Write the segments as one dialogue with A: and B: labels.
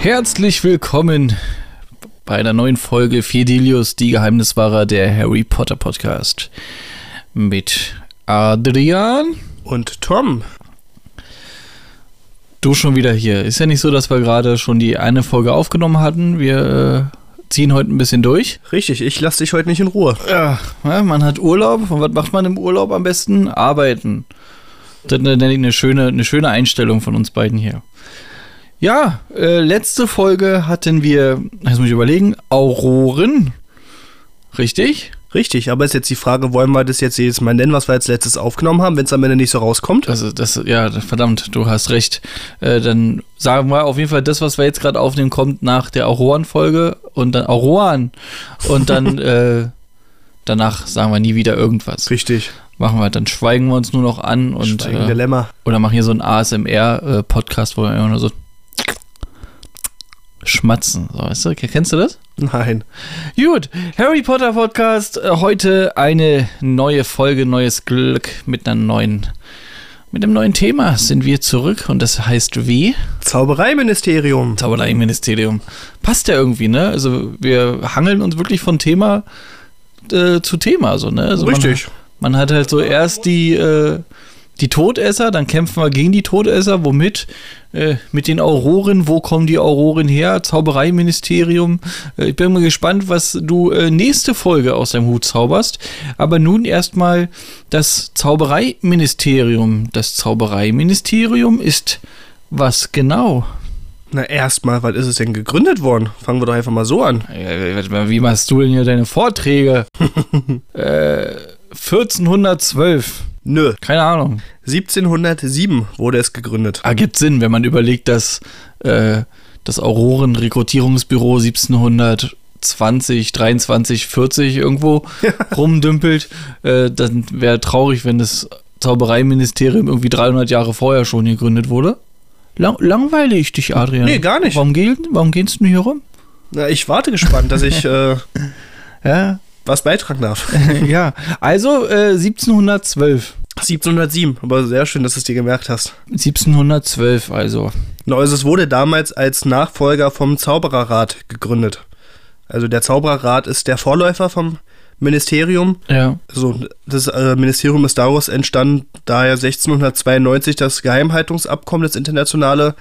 A: Herzlich willkommen bei einer neuen Folge Fidelius, die Geheimniswahrer, der Harry Potter Podcast. Mit Adrian.
B: Und Tom.
A: Du schon wieder hier. Ist ja nicht so, dass wir gerade schon die eine Folge aufgenommen hatten. Wir äh, ziehen heute ein bisschen durch.
B: Richtig, ich lasse dich heute nicht in Ruhe.
A: Ja, ja, man hat Urlaub. Und was macht man im Urlaub am besten? Arbeiten. Das ist eine, eine, schöne, eine schöne Einstellung von uns beiden hier. Ja, äh, letzte Folge hatten wir, jetzt muss ich überlegen, Auroren. Richtig?
B: Richtig, aber ist jetzt die Frage, wollen wir das jetzt jedes Mal nennen, was wir als letztes aufgenommen haben, wenn es am Ende nicht so rauskommt?
A: Also das, ja, verdammt, du hast recht. Äh, dann sagen wir auf jeden Fall, das, was wir jetzt gerade aufnehmen, kommt nach der Auroren-Folge und dann Auroren. Und dann äh, danach sagen wir nie wieder irgendwas.
B: Richtig.
A: Machen wir, dann schweigen wir uns nur noch an und
B: Steigen
A: äh,
B: Dilemma.
A: oder machen hier so einen ASMR-Podcast, äh, wo wir immer nur so schmatzen. So, weißt du, kennst du das?
B: Nein.
A: Gut, Harry Potter Podcast. äh, Heute eine neue Folge, neues Glück mit einer neuen, mit einem neuen Thema sind wir zurück und das heißt wie?
B: Zaubereiministerium.
A: Zauberei-Ministerium. Passt ja irgendwie, ne? Also wir hangeln uns wirklich von Thema äh, zu Thema, so, ne? Also
B: Richtig.
A: Man, man hat halt so erst die, äh, die Todesser, dann kämpfen wir gegen die Todesser, womit? Äh, mit den Auroren, wo kommen die Auroren her? Zaubereiministerium. Äh, ich bin mal gespannt, was du äh, nächste Folge aus deinem Hut zauberst. Aber nun erstmal das Zaubereiministerium. Das Zaubereiministerium ist was genau?
B: Na, erstmal, wann ist es denn gegründet worden? Fangen wir doch einfach mal so an.
A: Ja, Äh, Wie machst du denn hier deine Vorträge? äh, 1412.
B: Nö.
A: Keine Ahnung.
B: 1707 wurde es gegründet.
A: Ergibt Sinn, wenn man überlegt, dass äh, das Auroren-Rekrutierungsbüro 1720, 23, 40 irgendwo rumdümpelt. Äh, dann wäre traurig, wenn das Zaubereiministerium irgendwie 300 Jahre vorher schon gegründet wurde. Lang langweile ich dich, Adrian.
B: Nee, gar nicht.
A: Warum, geh warum gehst du denn hier rum?
B: Na, ich warte gespannt, dass ich äh,
A: Ja,
B: was beitragen darf.
A: ja. also äh, 1712.
B: 1707, aber sehr schön, dass du es dir gemerkt hast.
A: 1712 also.
B: Na, also es wurde damals als Nachfolger vom Zaubererrat gegründet. Also der Zaubererrat ist der Vorläufer vom Ministerium.
A: Ja.
B: Also das äh, Ministerium ist daraus entstanden, da ja 1692 das Geheimhaltungsabkommen, das internationale,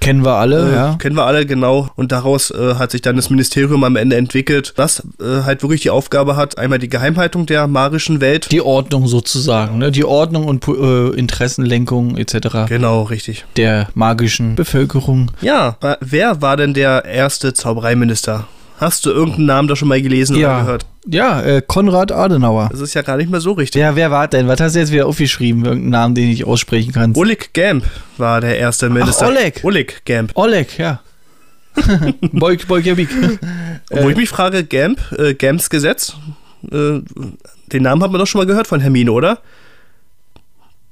A: Kennen wir alle,
B: äh,
A: ja.
B: kennen wir alle genau. Und daraus äh, hat sich dann das Ministerium am Ende entwickelt, was äh, halt wirklich die Aufgabe hat, einmal die Geheimhaltung der magischen Welt.
A: Die Ordnung sozusagen, ne? Die Ordnung und äh, Interessenlenkung etc.
B: Genau, richtig.
A: der magischen Bevölkerung.
B: Ja, äh, wer war denn der erste Zaubereiminister? Hast du irgendeinen Namen da schon mal gelesen oder gehört?
A: Ja, äh, Konrad Adenauer.
B: Das ist ja gar nicht mehr so richtig.
A: Ja, wer war denn? Was hast du jetzt wieder aufgeschrieben? Irgendeinen Namen, den ich aussprechen kann.
B: Oleg Gamp war der erste Minister.
A: Oleg.
B: Oleg Gamp.
A: Oleg, ja. Bolk, Bolkjewik. Äh.
B: Wo ich mich frage, Gamp, äh, Gamps Gesetz, äh, den Namen hat man doch schon mal gehört von Hermine, oder?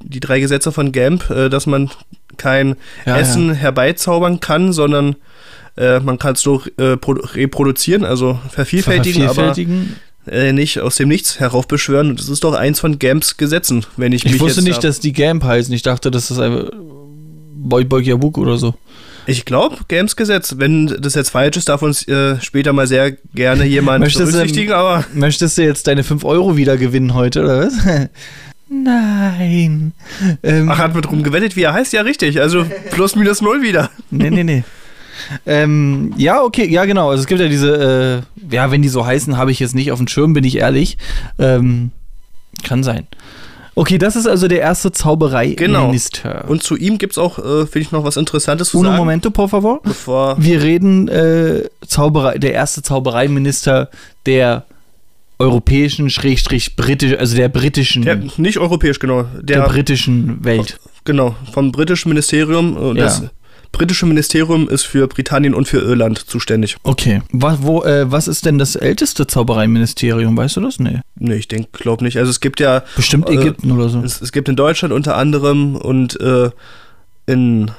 B: Die drei Gesetze von Gamp, äh, dass man kein
A: Ja,
B: Essen herbeizaubern kann, sondern äh, man kann es nur äh, produ- reproduzieren, also vervielfältigen,
A: Vervielfältigen.
B: aber äh, nicht aus dem Nichts heraufbeschwören. Und das ist doch eins von Gamps Gesetzen, wenn ich,
A: Ich
B: mich
A: wusste
B: jetzt
A: nicht,
B: da-
A: dass die Gamp heißen. Ich dachte, das ist einfach Bolk, Bolkjewik oder so.
B: Ich glaube, Games Gesetz. Wenn das jetzt falsch ist, darf uns äh, später mal sehr gerne jemand
A: Möchtest du-
B: berücksichtigen, aber
A: Möchtest du jetzt deine 5 Euro wieder gewinnen heute, oder was? Nein. Ähm,
B: ach, hat man drum gewettet, wie er heißt, ja richtig. Also plus minus null wieder.
A: Nee, nee, nee. ähm, ja, okay, ja, genau. Also es gibt ja diese, äh, ja, wenn die so heißen, habe ich jetzt nicht auf dem Schirm, bin ich ehrlich. Ähm, kann sein. Okay, das ist also der erste Zauberei-Minister.
B: Genau. Und zu ihm gibt's auch, äh, finde ich, noch was Interessantes zu
A: Uno Hm.
B: sagen.
A: momento, por favor.
B: Bevor
A: Wir reden äh, Zauberei, der erste Zaubereiminister der europäischen, schrägstrich britisch, also der britischen,
B: der,
A: der,
B: nicht europäisch, genau. Der,
A: britischen Welt.
B: genau, vom britischen Ministerium. äh,
A: Ja.
B: Das britische Ministerium ist für Britannien und für Irland zuständig.
A: Okay. Was, wo, äh, was ist denn das älteste Zaubereiministerium? Weißt du das? Nee.
B: Nee, ich denke, glaube nicht. Also es gibt ja
A: Bestimmt
B: Äh,
A: Ägypten oder so.
B: Es, es gibt in Deutschland unter anderem und äh, in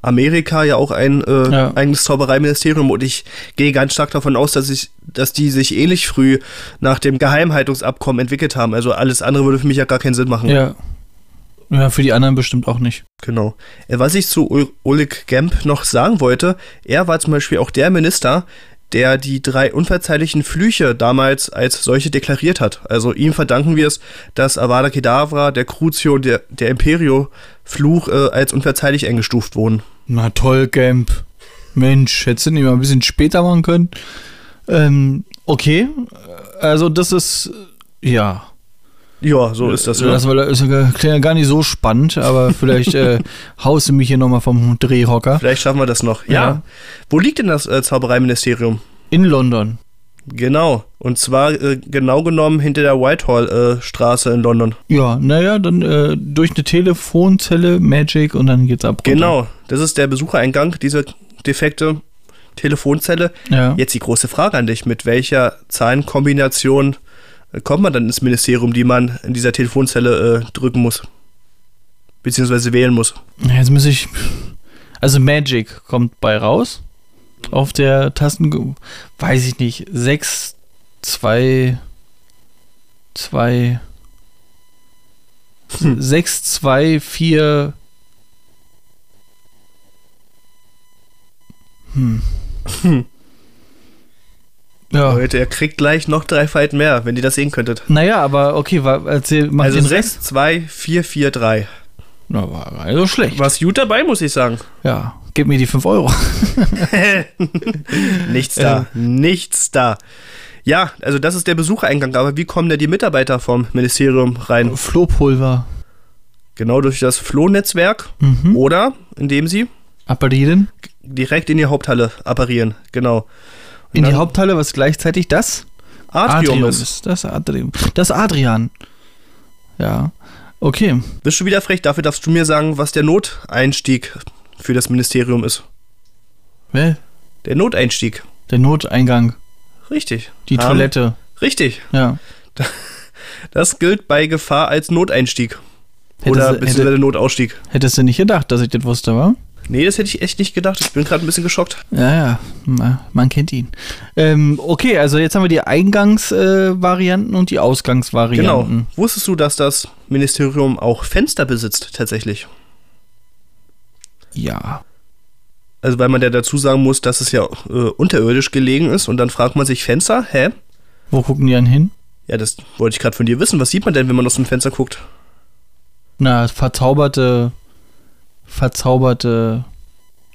B: Amerika ja auch ein äh,
A: Ja.
B: eigenes Zaubereiministerium und ich gehe ganz stark davon aus, dass ich, dass die sich ähnlich früh nach dem Geheimhaltungsabkommen entwickelt haben. Also alles andere würde für mich ja gar keinen Sinn machen.
A: Ja. Ja, für die anderen bestimmt auch nicht.
B: Genau. Äh, Was ich zu Ul- Ulrich Gemp noch sagen wollte, er war zum Beispiel auch der Minister, der die drei unverzeihlichen Flüche damals als solche deklariert hat. Also ihm verdanken wir es, dass Avada Kedavra, der Crucio und der, der Imperio-Fluch äh, als unverzeihlich eingestuft wurden.
A: Na toll, Camp. Mensch, hättest du nicht mal ein bisschen später machen können. Ähm, okay. Also, das ist. Ja.
B: Ja, so ist das.
A: Also Das
B: Ne?
A: war das ist ja gar nicht so spannend, aber vielleicht äh, haust du mich hier nochmal vom Drehhocker.
B: Vielleicht schaffen wir das noch. Ja.
A: Ja.
B: Wo liegt denn das äh, Zaubereiministerium?
A: In London.
B: Genau. Und zwar äh, genau genommen hinter der Whitehall-Straße in London.
A: Ja, naja, dann äh, durch eine Telefonzelle, Magic und dann geht's ab. runter.
B: Genau, das ist der Besuchereingang, diese defekte Telefonzelle.
A: Ja.
B: Jetzt die große Frage an dich, mit welcher Zahlenkombination äh, kommt man dann ins Ministerium, die man in dieser Telefonzelle äh, drücken muss? Beziehungsweise wählen muss.
A: Ja, Jetzt muss ich. Also Magic kommt bei raus. Auf der Tasten. Weiß ich nicht. 6, 2, 2. 6, 2, 4. Hm. Ja.
B: Leute, ihr kriegt gleich noch drei Falten mehr, wenn ihr das sehen könntet.
A: Naja, aber okay, wa- erzähl, mach
B: Also
A: den Rest.
B: 6, 2, 4, 4, 3.
A: Na, war gar nicht so schlecht.
B: Was gut dabei, muss ich sagen.
A: Ja, gib mir die 5 Euro.
B: Nichts da. Nichts da. Ja, also das ist der Besuchereingang, aber wie kommen da die Mitarbeiter vom Ministerium rein?
A: Flohpulver.
B: Genau durch das Flohnetzwerk
A: Mhm.
B: oder indem sie
A: Apparieren.
B: direkt in die Haupthalle apparieren. Genau.
A: In die
B: dann-
A: Haupthalle, was gleichzeitig das
B: Atrium, ist.
A: Das Atrium. Das Adrian. Ja. Okay.
B: Bist du wieder frech? Dafür darfst du mir sagen, was der Noteinstieg für das Ministerium ist.
A: Well,
B: Der Noteinstieg.
A: der Noteingang.
B: Richtig.
A: Die
B: Haben-
A: Toilette.
B: Richtig.
A: Ja.
B: Das gilt bei Gefahr als Noteinstieg. Oder
A: Hättest, du- hätte,
B: beziehungsweise Notausstieg.
A: hättest du nicht gedacht, dass ich das wusste, wa?
B: Nee, das hätte ich echt nicht gedacht. Ich bin gerade ein bisschen geschockt.
A: Ja, ja. Na, Man kennt ihn. Ähm, okay, also jetzt haben wir die Eingangsvarianten äh, Varianten und die
B: Genau.
A: Ausgangsvarianten.
B: Wusstest du, dass das Ministerium auch Fenster besitzt, tatsächlich?
A: Ja.
B: Also, weil man ja dazu sagen muss, dass es ja äh, unterirdisch gelegen ist. Und dann fragt man sich, Fenster? Hä?
A: Wo gucken die dann hin?
B: Ja, das wollte ich gerade von dir wissen. Was sieht man denn, wenn man aus dem Fenster guckt?
A: Na, verzauberte. Verzauberte.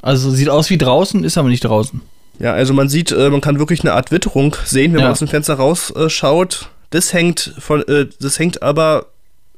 A: Also sieht aus wie draußen, ist aber nicht draußen.
B: Ja, also man sieht, äh, man kann wirklich eine Art Witterung sehen, wenn
A: Ja.
B: man aus dem Fenster rausschaut. das hängt von, äh, das hängt aber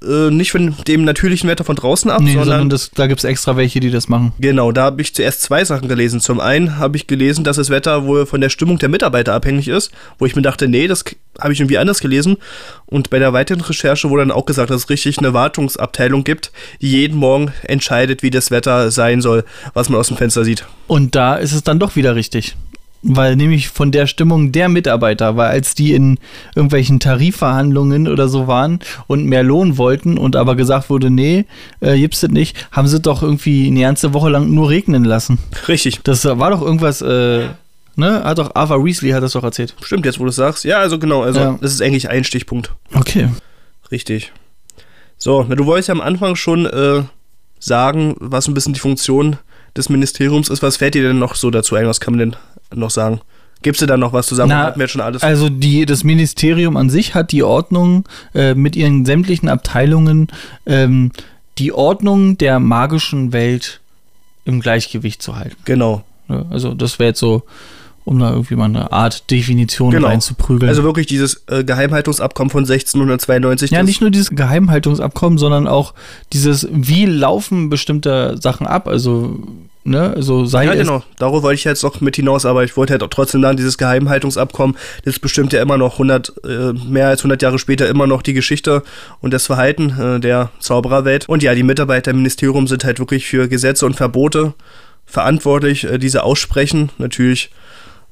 B: äh, nicht von dem natürlichen Wetter von draußen ab,
A: Nee, sondern,
B: sondern
A: das, da gibt es extra welche, die das machen.
B: genau. Da habe ich zuerst zwei Sachen gelesen. Zum einen habe ich gelesen, dass das Wetter wohl von der Stimmung der Mitarbeiter abhängig ist, wo ich mir dachte, nee, das k- habe ich irgendwie anders gelesen. Und bei der weiteren Recherche wurde dann auch gesagt, dass es richtig eine Wartungsabteilung gibt, die jeden Morgen entscheidet, wie das Wetter sein soll, was man aus dem Fenster sieht.
A: Und da ist es dann doch wieder richtig. Weil nämlich von der Stimmung der Mitarbeiter, weil als die in irgendwelchen Tarifverhandlungen oder so waren und mehr Lohn wollten und aber gesagt wurde, nee, äh, gibt's das nicht, haben sie doch irgendwie eine ganze Woche lang nur regnen lassen.
B: Richtig.
A: Das war doch irgendwas, äh, ne? Hat doch Arthur Weasley hat das doch erzählt.
B: Stimmt, jetzt wo du es sagst. Ja, also genau, also
A: Ja.
B: das ist eigentlich ein Stichpunkt.
A: Okay.
B: Richtig. So, na, du wolltest ja am Anfang schon äh, sagen, was ein bisschen die Funktion des Ministeriums ist. Was fällt dir denn noch so dazu ein? Was kann man denn noch sagen? Gibst du da noch was zusammen?
A: Na,
B: Hatten wir jetzt schon alles.
A: Also die, das Ministerium an sich hat die Ordnung äh, mit ihren sämtlichen Abteilungen ähm, die Ordnung der magischen Welt im Gleichgewicht zu halten.
B: genau.
A: Ne? Also das wäre jetzt so, um da irgendwie mal eine Art Definition
B: Genau.
A: reinzuprügeln.
B: Also wirklich dieses äh, Geheimhaltungsabkommen von 1692.
A: ja,
B: das-
A: nicht nur dieses Geheimhaltungsabkommen, sondern auch dieses, wie laufen bestimmte Sachen ab. Also, ne, also sei
B: Ja,
A: es
B: genau. Darauf wollte ich jetzt noch mit hinaus, aber ich wollte halt auch trotzdem sagen, dieses Geheimhaltungsabkommen, das bestimmt ja immer noch 100, äh, mehr als 100 Jahre später immer noch die Geschichte und das Verhalten äh, der Zaubererwelt. Und ja, die Mitarbeiter im Ministerium sind halt wirklich für Gesetze und Verbote verantwortlich, äh, diese aussprechen. Natürlich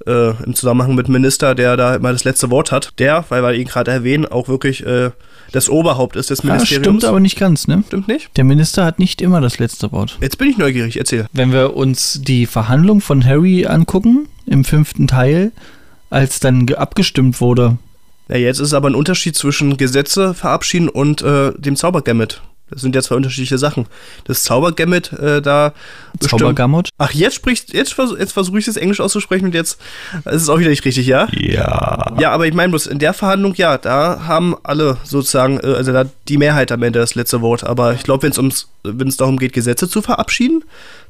B: äh, im Zusammenhang mit Minister, der da immer das letzte Wort hat. Der, weil wir ihn gerade erwähnen, auch wirklich äh, das Oberhaupt ist des
A: ja,
B: Ministeriums.
A: stimmt aber nicht ganz, ne?
B: stimmt nicht?
A: Der Minister hat nicht immer das letzte Wort.
B: Jetzt bin ich neugierig, erzähl.
A: Wenn wir uns die Verhandlung von Harry angucken, im fünften Teil, als dann ge- abgestimmt wurde.
B: Ja, jetzt ist aber ein Unterschied zwischen Gesetze verabschieden und äh, dem Zaubergammet. Das sind ja zwei unterschiedliche Sachen. Das Zaubergamot äh, da. bestimmt-
A: Zaubergamot?
B: Ach, jetzt sprichst, jetzt, vers- jetzt versuche ich das Englisch auszusprechen und jetzt ist es auch wieder nicht richtig, ja?
A: Ja.
B: Ja, aber ich meine bloß, in der Verhandlung, ja, da haben alle sozusagen, äh, also da hat die Mehrheit am Ende das letzte Wort. Aber ich glaube, wenn es ums, wenn es darum geht, Gesetze zu verabschieden,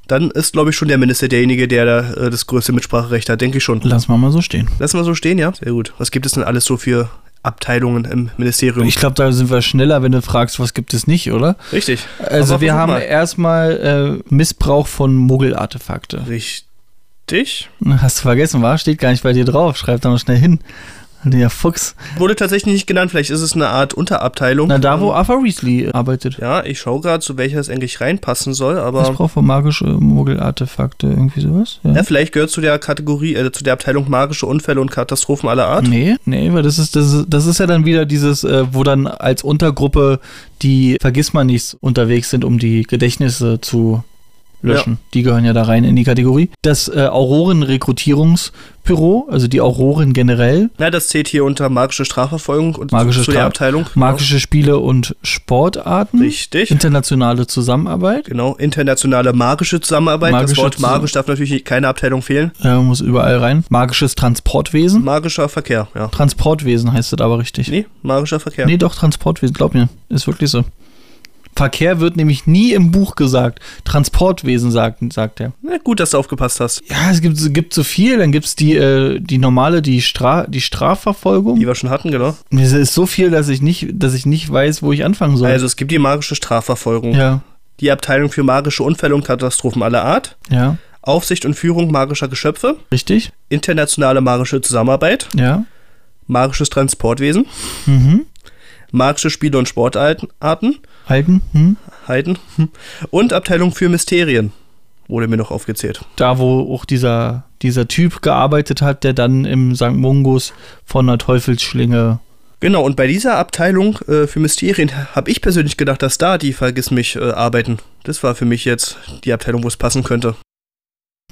B: dann ist, glaube ich, schon der Minister derjenige, der da äh, das größte Mitspracherecht hat, denke ich schon.
A: Lass mal mal so stehen.
B: Lassen wir so stehen, ja? Sehr gut. Was gibt es denn alles so für Abteilungen im Ministerium?
A: Ich glaube, da sind wir schneller, wenn du fragst, was gibt es nicht, oder?
B: Richtig.
A: Also
B: Aber
A: wir
B: versuch
A: haben
B: mal.
A: erstmal äh, Missbrauch von Muggel-Artefakte.
B: Richtig.
A: Hast du vergessen, war? Steht gar nicht bei dir drauf. Schreib da mal schnell hin. Der Fuchs.
B: Wurde tatsächlich nicht genannt, vielleicht ist es eine Art Unterabteilung.
A: Na, da, wo Arthur Weasley arbeitet.
B: Ja, ich schaue gerade, zu welcher es eigentlich reinpassen soll, aber
A: Missbrauch von magische Muggel-Artefakte, irgendwie sowas? Ja.
B: ja, vielleicht gehört zu der Kategorie, äh, zu der Abteilung magische Unfälle und Katastrophen aller Art.
A: Nee, nee, weil das ist, das ist, das ist ja dann wieder dieses, äh, wo dann als Untergruppe die Vergissmanichts unterwegs sind, um die Gedächtnisse zu löschen. Die gehören ja da rein in die Kategorie. Das äh, Auroren-Rekrutierungsbüro, also die Auroren generell,
B: Na, das zählt hier unter magische Strafverfolgung und
A: Magische
B: zu, zu der
A: Straf-
B: Abteilung.
A: magische Spiele und Sportarten,
B: Genau. Richtig.
A: internationale Zusammenarbeit,
B: Genau, internationale magische Zusammenarbeit. das
A: Magische
B: Wort
A: Zusammen-
B: magisch darf natürlich nicht- keine Abteilung fehlen.
A: äh, muss überall rein, magisches Transportwesen.
B: Magischer Verkehr, ja.
A: Transportwesen heißt das aber richtig.
B: Nee, magischer Verkehr.
A: Nee, doch, Transportwesen, glaub mir. Ist wirklich so. Verkehr wird nämlich nie im Buch gesagt. Transportwesen sagt, sagt er.
B: Na gut, dass du aufgepasst hast,
A: Ja, es gibt, es gibt so viel. Dann gibt es die, äh, die normale, die, Stra die
B: die
A: Strafverfolgung.
B: wir schon hatten, genau.
A: Es ist so viel, dass ich nicht, dass ich nicht weiß, wo ich anfangen soll.
B: Also es gibt die magische Strafverfolgung,
A: ja,
B: die Abteilung für magische Unfälle und Katastrophen aller Art,
A: ja,
B: Aufsicht und Führung magischer Geschöpfe,
A: richtig.
B: internationale magische Zusammenarbeit,
A: Ja.
B: magisches Transportwesen,
A: Mhm.
B: magische Spiele und Sportarten
A: Halten. Hm.
B: Heiden, und Abteilung für Mysterien wurde mir noch aufgezählt.
A: Da, wo auch dieser, dieser Typ gearbeitet hat, der dann im St. Mungus von einer Teufelsschlinge.
B: Genau, und bei dieser Abteilung äh, für Mysterien habe ich persönlich gedacht, dass da die Vergiss mich äh, arbeiten. Das war für mich jetzt die Abteilung, wo es passen könnte.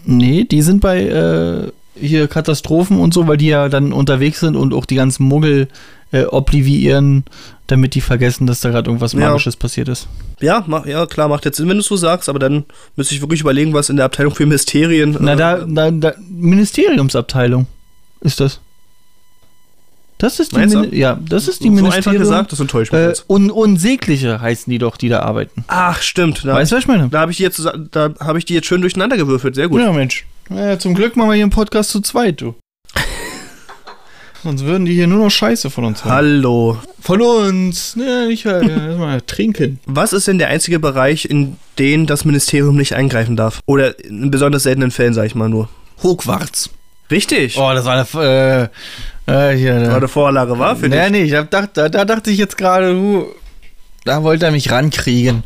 A: Nee, die sind bei äh, hier Katastrophen und so, weil die ja dann unterwegs sind und auch die ganzen Muggel äh, oblivieren, damit die vergessen, dass da gerade irgendwas
B: Ja.
A: Magisches passiert ist.
B: Ja, mach, ja, klar, macht jetzt Sinn, wenn du es so sagst, aber dann müsste ich wirklich überlegen, was in der Abteilung für Mysterien.
A: Na,
B: äh,
A: da, da, da, Ministeriumsabteilung ist das. Das ist die,
B: Meinst
A: Mini- ja, das ist die
B: so einfach
A: Ministerium.
B: gesagt, das enttäuscht mich
A: äh,
B: jetzt.
A: un Unsägliche heißen die doch, die da arbeiten.
B: Ach, stimmt. Da,
A: Weißt du, was ich meine?
B: da habe ich, die jetzt zusa- da hab ich die jetzt schön durcheinander gewürfelt. Sehr gut.
A: Ja, Mensch. Ja, zum Glück machen wir hier einen Podcast zu zweit, du. Sonst würden die hier nur noch Scheiße von uns haben.
B: Hallo.
A: Von uns. Ne, ich halt, erstmal trinken.
B: Was ist denn der einzige Bereich, in den das Ministerium nicht eingreifen darf? Oder in besonders seltenen Fällen, sage ich mal nur.
A: Hochwarz.
B: Richtig.
A: Oh, das war eine. Äh, äh, hier,
B: War
A: ne.
B: eine Vorlage war für
A: Nee,
B: dich.
A: nee, ich hab dacht, da, da dachte ich jetzt gerade, huh, da wollte er mich rankriegen.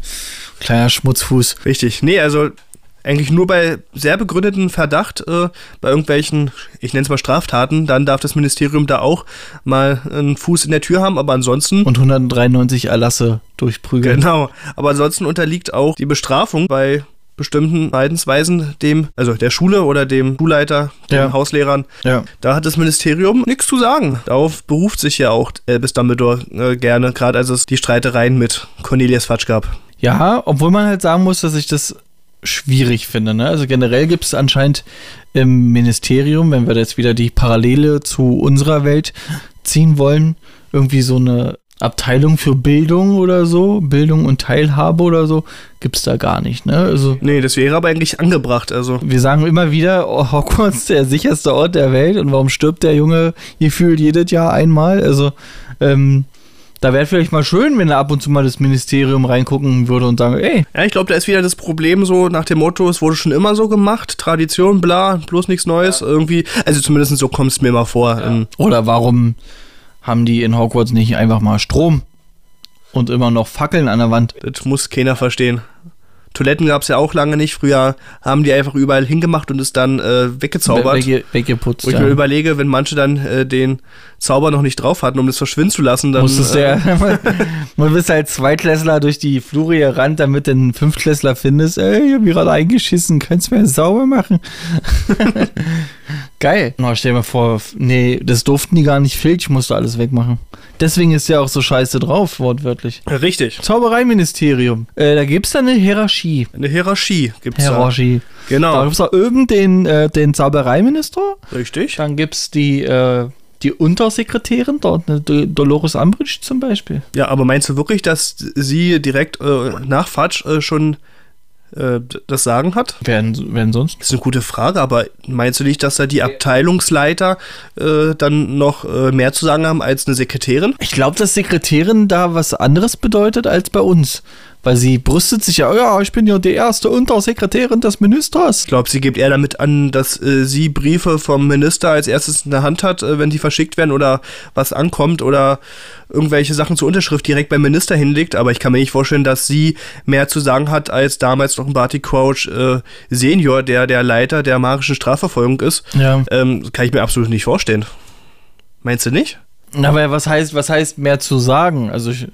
A: Kleiner Schmutzfuß.
B: Richtig. Nee, also eigentlich nur bei sehr begründeten Verdacht, äh, bei irgendwelchen, ich nenne es mal Straftaten, dann darf das Ministerium da auch mal einen Fuß in der Tür haben, aber ansonsten.
A: Und 193 Erlasse durchprügeln.
B: Genau. Aber ansonsten unterliegt auch die Bestrafung bei bestimmten Verhaltensweisen dem, also der Schule oder dem Schulleiter, den
A: Ja.
B: Hauslehrern.
A: Ja.
B: Da hat das Ministerium nichts zu sagen. Darauf beruft sich ja auch Albus Dumbledore äh, gerne, gerade als es die Streitereien mit Cornelius Fatsch gab.
A: Ja, obwohl man halt sagen muss, dass ich das schwierig finde. Ne? Also generell gibt es anscheinend im Ministerium, wenn wir da jetzt wieder die Parallele zu unserer Welt ziehen wollen, irgendwie so eine Abteilung für Bildung oder so, Bildung und Teilhabe oder so, gibt es da gar nicht. Ne? Also
B: Nee, das wäre aber eigentlich angebracht. Also
A: wir sagen immer wieder, oh, Hogwarts der sicherste Ort der Welt und warum stirbt der Junge gefühlt jedes Jahr einmal? Also ähm, da wäre vielleicht mal schön, wenn er ab und zu mal das Ministerium reingucken würde und sagen, ey,
B: Ja, ich glaube, da ist wieder das Problem so nach dem Motto, es wurde schon immer so gemacht, Tradition, bla, bloß nichts Neues irgendwie. Also zumindest so kommt es mir mal vor. Ähm,
A: Oder warum haben die in Hogwarts nicht einfach mal Strom und immer noch Fackeln an der Wand?
B: Das muss keiner verstehen. Toiletten gab es ja auch lange nicht. Früher haben die einfach überall hingemacht und es dann äh, weggezaubert.
A: Wegge weggeputzt.
B: Wo ich mir
A: Ja.
B: überlege, wenn manche dann äh, den Zauber noch nicht drauf hatten, um das verschwinden zu lassen, dann
A: Musstest du
B: äh,
A: ja, man bist halt Zweitklässler durch die Flure gerannt, damit du einen Fünftklässler findest. Ey, ich hab mich gerade eingeschissen, kannst du mir sauber machen? Geil. Na, stell dir mal vor, f- nee, das durften die gar nicht filmen, ich musste alles wegmachen. Deswegen ist ja auch so scheiße drauf, wortwörtlich.
B: äh, Richtig.
A: Zaubereiministerium. Äh, da gibt's da eine Hierarchie.
B: Eine Hierarchie gibt's da.
A: Hierarchie. Da
B: Genau.
A: gibt's da oben den, äh, den Zaubereiminister.
B: Richtig.
A: Dann gibt's die, äh, die Untersekretärin dort, ne, Do- Dolores Umbridge zum Beispiel.
B: Ja, aber meinst du wirklich, dass sie direkt äh, nach Fatsch äh, schon äh, d- das Sagen hat?
A: Werden, werden sonst?
B: Das ist eine gute Frage, aber meinst du nicht, dass da die Abteilungsleiter äh, dann noch äh, mehr zu sagen haben als eine Sekretärin?
A: Ich glaube, dass Sekretärin da was anderes bedeutet als bei uns. Weil sie brüstet sich ja, oh ja, ich bin ja die erste Untersekretärin des Ministers.
B: Ich glaube, sie gibt eher damit an, dass äh, sie Briefe vom Minister als erstes in der Hand hat, äh, wenn die verschickt werden oder was ankommt oder irgendwelche Sachen zur Unterschrift direkt beim Minister hinlegt. Aber ich kann mir nicht vorstellen, dass sie mehr zu sagen hat als damals noch ein Barty Crouch äh, Senior, der der Leiter der marischen Strafverfolgung ist.
A: Ja.
B: Ähm, kann ich mir absolut nicht vorstellen. Meinst du nicht?
A: Aber was heißt, was heißt mehr zu sagen? Also ich,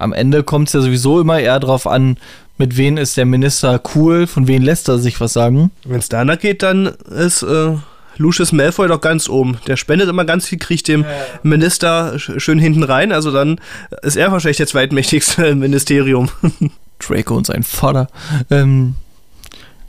A: am Ende kommt es ja sowieso immer eher darauf an, mit wem ist der Minister cool, von wem lässt er sich was sagen.
B: Wenn es danach geht, dann ist äh, Lucius Malfoy doch ganz oben. Der spendet immer ganz viel, kriegt dem Minister sch schön hinten rein. Also dann ist er wahrscheinlich der zweitmächtigste im Ministerium.
A: Draco und sein Vater. Ähm,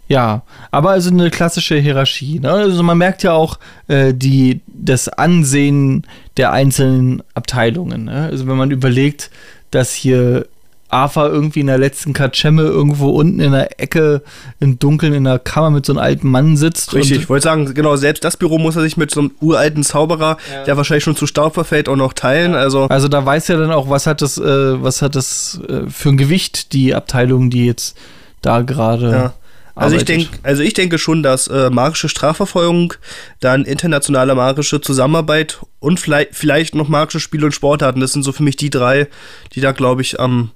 A: ja, aber also eine klassische Hierarchie. Ne? Also man merkt ja auch äh, die, das Ansehen der einzelnen Abteilungen. Ne? Also wenn man überlegt, dass hier Ava irgendwie in der letzten Katschemme irgendwo unten in der Ecke im Dunkeln in der Kammer mit so einem alten Mann sitzt.
B: Richtig,
A: Und,
B: ich wollte sagen, genau, selbst das Büro muss er sich mit so einem uralten Zauberer, der wahrscheinlich schon zu Staub verfällt, auch noch teilen. Also
A: also da weiß ja dann auch, was hat das, äh, was hat das äh, für ein Gewicht, die Abteilung, die jetzt da gerade.
B: Ja. Also ich,
A: arbeitet.
B: denk, also ich denke schon, dass äh, magische Strafverfolgung, dann internationale magische Zusammenarbeit und vielleicht, vielleicht noch magische Spiele und Sportarten, das sind so für mich die drei, die da, glaube ich, am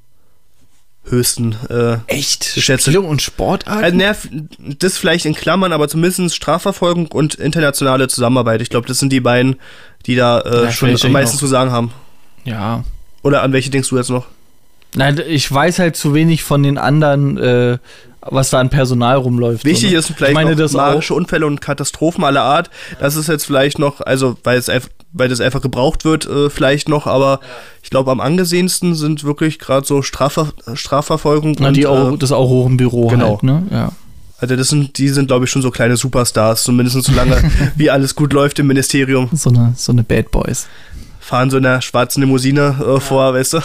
B: höchsten. Äh,
A: Echt?
B: Ich schätze-
A: Spiele und Sportarten?
B: also, nerv, das vielleicht in Klammern, aber zumindest Strafverfolgung und internationale Zusammenarbeit. Ich glaube, das sind die beiden, die da äh,
A: Ja,
B: schon
A: vielleicht
B: am meisten
A: auch.
B: zu sagen haben.
A: ja.
B: Oder an welche denkst du jetzt noch?
A: Nein, ich weiß halt zu wenig von den anderen, äh, was da an Personal rumläuft.
B: Wichtig
A: So, ne?
B: ist vielleicht
A: ich meine
B: noch
A: das auch.
B: magische Unfälle und Katastrophen aller Art. Das ist jetzt vielleicht noch, also weil es einf- weil das einfach gebraucht wird, äh, vielleicht noch, aber ich glaube, am angesehensten sind wirklich gerade so Strafver Strafverfolgung
A: Na, die Au-
B: äh,
A: das Aurorenbüro
B: genau.
A: halt, ne? Ja.
B: also das sind, die sind, glaube ich, schon so kleine Superstars, zumindest solange wie alles gut läuft im Ministerium.
A: So eine, so eine Bad Boys.
B: Fahren so in der schwarzen Limousine äh, vor, weißt du?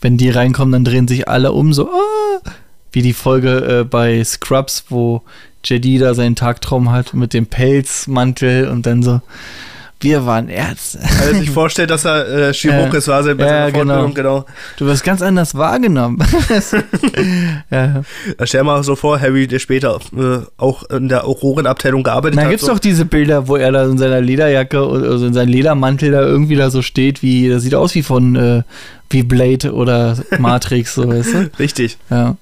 A: Wenn die reinkommen, dann drehen sich alle um, so, ah, wie die Folge äh, bei Scrubs, wo Jedi da seinen Tagtraum hat mit dem Pelzmantel und dann so, wir waren Ärzte.
B: Weil er sich vorstellt, dass er äh, Chirurg
A: Ja.
B: ist, war sein bei
A: Ja,
B: seiner
A: genau.
B: Fortbildung, genau.
A: Du wirst ganz anders wahrgenommen. ja.
B: Da Stell dir mal so vor, Harry, der später äh, auch in der Aurorenabteilung gearbeitet
A: Na,
B: hat.
A: gibt's
B: so.
A: doch diese Bilder, wo er da in seiner Lederjacke und also in seinem Ledermantel da irgendwie da so steht, wie das sieht aus wie von äh, wie Blade oder Matrix, so weißt du?
B: Richtig.
A: Ja.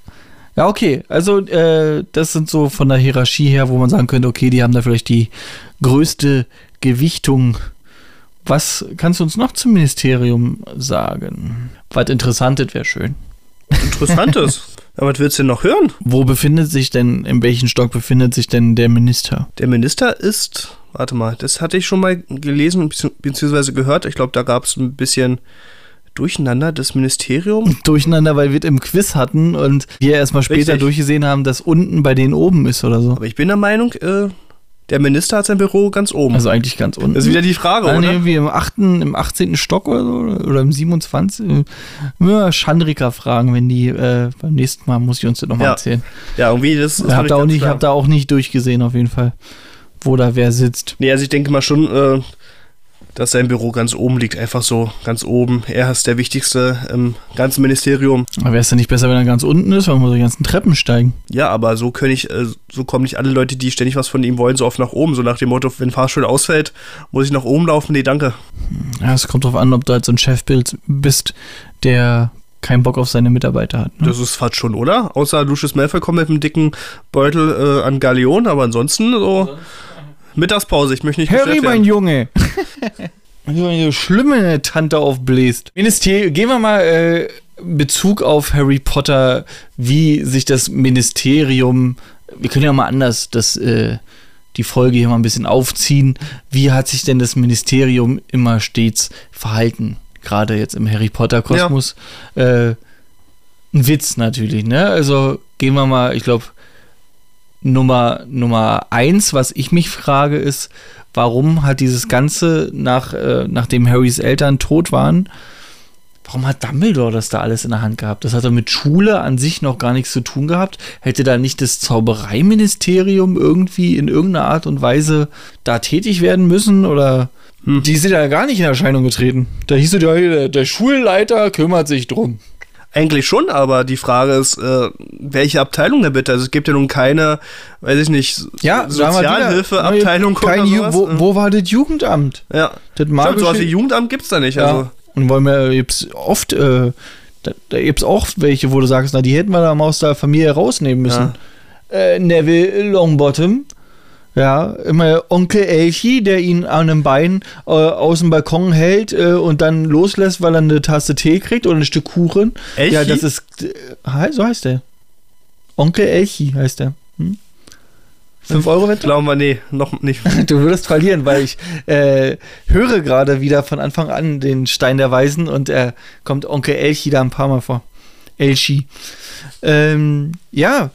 A: Ja, okay. Also, äh, das sind so von der Hierarchie her, wo man sagen könnte, okay, die haben da vielleicht die größte Gewichtung. Was kannst du uns noch zum Ministerium sagen? Was interessantes wäre schön.
B: Interessantes. Aber was willst du denn noch hören?
A: Wo befindet sich denn, in welchem Stock befindet sich denn der Minister?
B: Der Minister ist, warte mal, das hatte ich schon mal gelesen bzw. beziehungsweise gehört. Ich glaube, da gab es ein bisschen Durcheinander. Das Ministerium,
A: durcheinander, weil wir es im Quiz hatten und wir erstmal später
B: Richtig.
A: durchgesehen haben, dass unten bei denen oben ist oder so.
B: aber ich bin der Meinung, äh, der Minister hat sein Büro ganz oben.
A: Also eigentlich ganz unten.
B: das ist wieder die Frage,
A: Ah, nee,
B: oder?
A: irgendwie im, achten, im 18. Stock oder so, oder im 27. Ja, Chandrika fragen, wenn die äh, beim nächsten Mal muss ich uns das nochmal
B: Ja,
A: erzählen.
B: Ja, irgendwie das, das
A: Ich habe da, auch
B: ganz
A: nicht-
B: klar.
A: hab da auch nicht durchgesehen auf jeden Fall, wo da wer sitzt.
B: Nee, also ich denke mal schon, äh, dass sein Büro ganz oben liegt. Einfach so, ganz oben. Er ist der Wichtigste im ganzen Ministerium.
A: Aber wäre es denn nicht besser, wenn er ganz unten ist, weil man muss die ganzen Treppen steigen?
B: Ja, aber so kann ich, äh, so kommen nicht alle Leute, die ständig was von ihm wollen, so oft nach oben. So nach dem Motto, wenn Fahrstuhl ausfällt, muss ich nach oben laufen. Nee, danke.
A: Ja, es kommt drauf an, ob du halt so ein Chef bild- bist, der keinen Bock auf seine Mitarbeiter hat. Ne?
B: Das ist fast schon, oder? Außer Lucius Malfoy kommt mit einem dicken Beutel äh, an Galeon, aber ansonsten so. Mittagspause, ich möchte nicht
A: Harry,
B: gestört
A: mein
B: werden.
A: Junge. Wenn du eine schlimme Tante aufbläst. Minister gehen wir mal äh, Bezug auf Harry Potter, wie sich das Ministerium, wir können ja mal anders das, äh, die Folge hier mal ein bisschen aufziehen. Wie hat sich denn das Ministerium immer stets verhalten? Gerade jetzt im Harry Potter-Kosmos. Äh, ein Witz natürlich, ne? Also gehen wir mal, ich glaube, Nummer, Nummer eins, was ich mich frage, ist, warum hat dieses Ganze, nach, äh, nachdem Harrys Eltern tot waren, warum hat Dumbledore das da alles in der Hand gehabt? Das hat er mit Schule an sich noch gar nichts zu tun gehabt. Hätte da nicht das Zaubereiministerium irgendwie in irgendeiner Art und Weise da tätig werden müssen oder.
B: Hm.
A: Die sind ja gar nicht in Erscheinung getreten. Da hieß es, ja, der, der Schulleiter kümmert sich drum.
B: Eigentlich schon, aber die Frage ist, äh, welche Abteilung da bitte? Also es gibt ja nun keine, weiß ich nicht, so-
A: Ja, sagen wir wieder,
B: Sozialhilfeabteilung
A: kein
B: oder
A: Ju-
B: sowas.
A: wo,
B: ne?
A: wo war das Jugendamt?
B: ja.
A: Das
B: Stimmt, sowas
A: magische
B: wie Jugendamt gibt's da nicht. Also.
A: Ja. Und wollen wir gibt's oft, äh, da, da gibt's auch welche, wo du sagst, na, die hätten wir da mal aus der Familie rausnehmen müssen. Äh, Neville Longbottom. Ja, immer Onkel Elchi, der ihn an einem Bein äh, aus dem Balkon hält äh, und dann loslässt, weil er eine Tasse Tee kriegt oder ein Stück Kuchen.
B: Elchi?
A: Ja, das ist. Äh, so heißt der. Onkel Elchi heißt der. Hm? 5 Euro Wette?
B: Glauben wir, nee, noch nicht.
A: Du würdest verlieren, weil ich äh, höre gerade wieder von Anfang an den Stein der Weisen und er kommt Onkel Elchi da ein paar Mal vor. Elchi. Ähm, ja,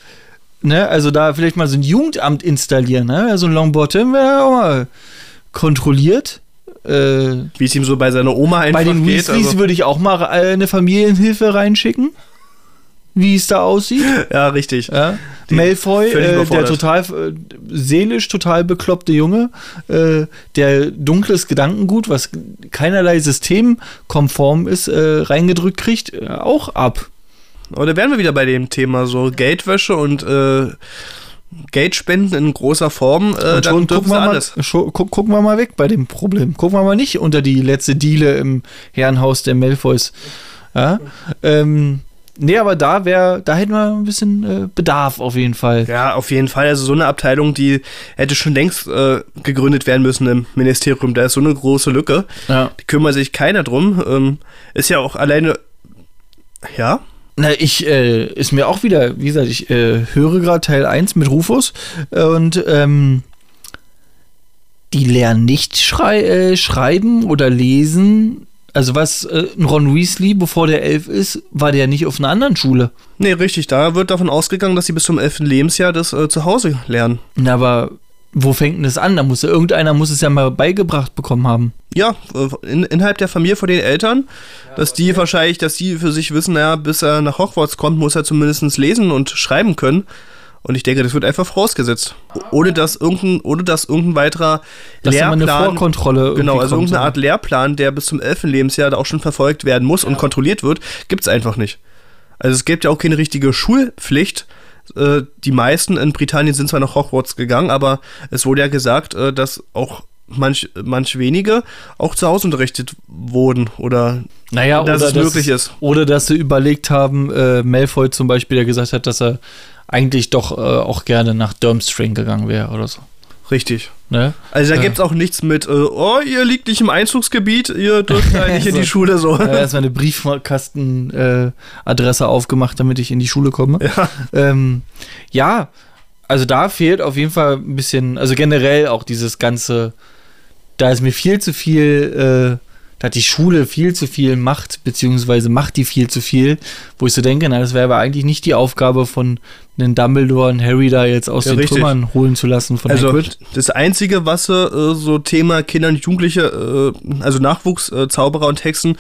A: ne, also da vielleicht mal so ein Jugendamt installieren, ne? So ein Longbottom wäre auch mal kontrolliert. Äh,
B: Wie es ihm so bei seiner Oma einfach
A: bei den
B: geht.
A: Weasleys
B: Also,
A: würde ich auch mal äh, eine Familienhilfe reinschicken, wie es da aussieht.
B: ja, richtig.
A: Ja.
B: Die-
A: Malfoy,
B: völlig
A: äh, der
B: überfordert.
A: total äh, seelisch total bekloppte Junge, äh, der dunkles Gedankengut, was keinerlei systemkonform ist, äh, reingedrückt kriegt, äh, auch ab.
B: Aber da wären wir wieder bei dem Thema so Geldwäsche und äh, Geldspenden in großer Form. Äh,
A: Und schon
B: dann dürfen
A: gucken
B: sie
A: wir, mal,
B: alles.
A: schon, guck, gucken wir mal weg bei dem Problem. Gucken wir mal nicht unter die letzte Diele im Herrenhaus der Malfoys. Ja? Ähm, nee, aber da wäre, da hätten wir ein bisschen äh, Bedarf auf jeden Fall.
B: Ja, auf jeden Fall. Also so eine Abteilung, die hätte schon längst äh, gegründet werden müssen im Ministerium. Da ist so eine große Lücke.
A: Ja.
B: Die kümmert sich keiner drum. Ähm, ist ja auch alleine. Ja,
A: Na, ich äh, ist mir auch wieder, wie gesagt, ich äh, höre gerade Teil 1 mit Rufus und ähm, die lernen nicht schrei äh, schreiben oder lesen. Also was äh, ein Ron Weasley, bevor der elf ist, war der nicht auf einer anderen Schule.
B: nee, richtig. Da wird davon ausgegangen, dass sie bis zum 11. Lebensjahr das äh, zu Hause lernen.
A: Na, aber wo fängt denn das an? Da muss ja irgendeiner muss es ja mal beigebracht bekommen haben.
B: Ja, äh, in, innerhalb der Familie von den Eltern, dass die wahrscheinlich, dass die für sich wissen, naja, bis er nach Hogwarts kommt, muss er zumindest lesen und schreiben können. Und ich denke, das wird einfach vorausgesetzt. O- Ohne dass irgendein, ohne dass irgendein weiterer
A: Dass da mal eine
B: Lehrplan.
A: Vorkontrolle irgendwie
B: Genau, also
A: kommt.
B: irgendeine Art Lehrplan, der bis zum 11. Lebensjahr da auch schon verfolgt werden muss und kontrolliert wird, gibt es einfach nicht. Also es gibt ja auch keine richtige Schulpflicht. Äh, Die meisten in Britannien sind zwar nach Hogwarts gegangen, aber es wurde ja gesagt, äh, dass auch manch, manch wenige auch zu Hause unterrichtet wurden oder
A: Naja,
B: dass
A: oder
B: es möglich ist.
A: Oder dass sie überlegt haben, äh, Malfoy zum Beispiel, der gesagt hat, dass er eigentlich doch äh, auch gerne nach Durmstrang gegangen wäre oder so.
B: richtig.
A: Ne?
B: Also da
A: Ja.
B: gibt's auch nichts mit, äh, oh, ihr liegt nicht im Einzugsgebiet, ihr dürft da nicht in die
A: So.
B: Schule so.
A: Ich habe erstmal eine Briefkastenadresse äh, Adresse aufgemacht, damit ich in die Schule komme. Ja. Ähm, ja, also da fehlt auf jeden Fall ein bisschen, also generell auch dieses ganze, da ist mir viel zu viel, äh, da hat die Schule viel zu viel Macht, beziehungsweise macht die viel zu viel, wo ich so denke, na, das wäre aber eigentlich nicht die Aufgabe von einem Dumbledore und Harry da jetzt aus
B: Ja,
A: den
B: richtig.
A: Trümmern holen zu lassen von
B: Also
A: Hagrid.
B: das Einzige, was sie, äh, so Thema Kinder und Jugendliche, äh, also Nachwuchs, äh, Zauberer und Hexen,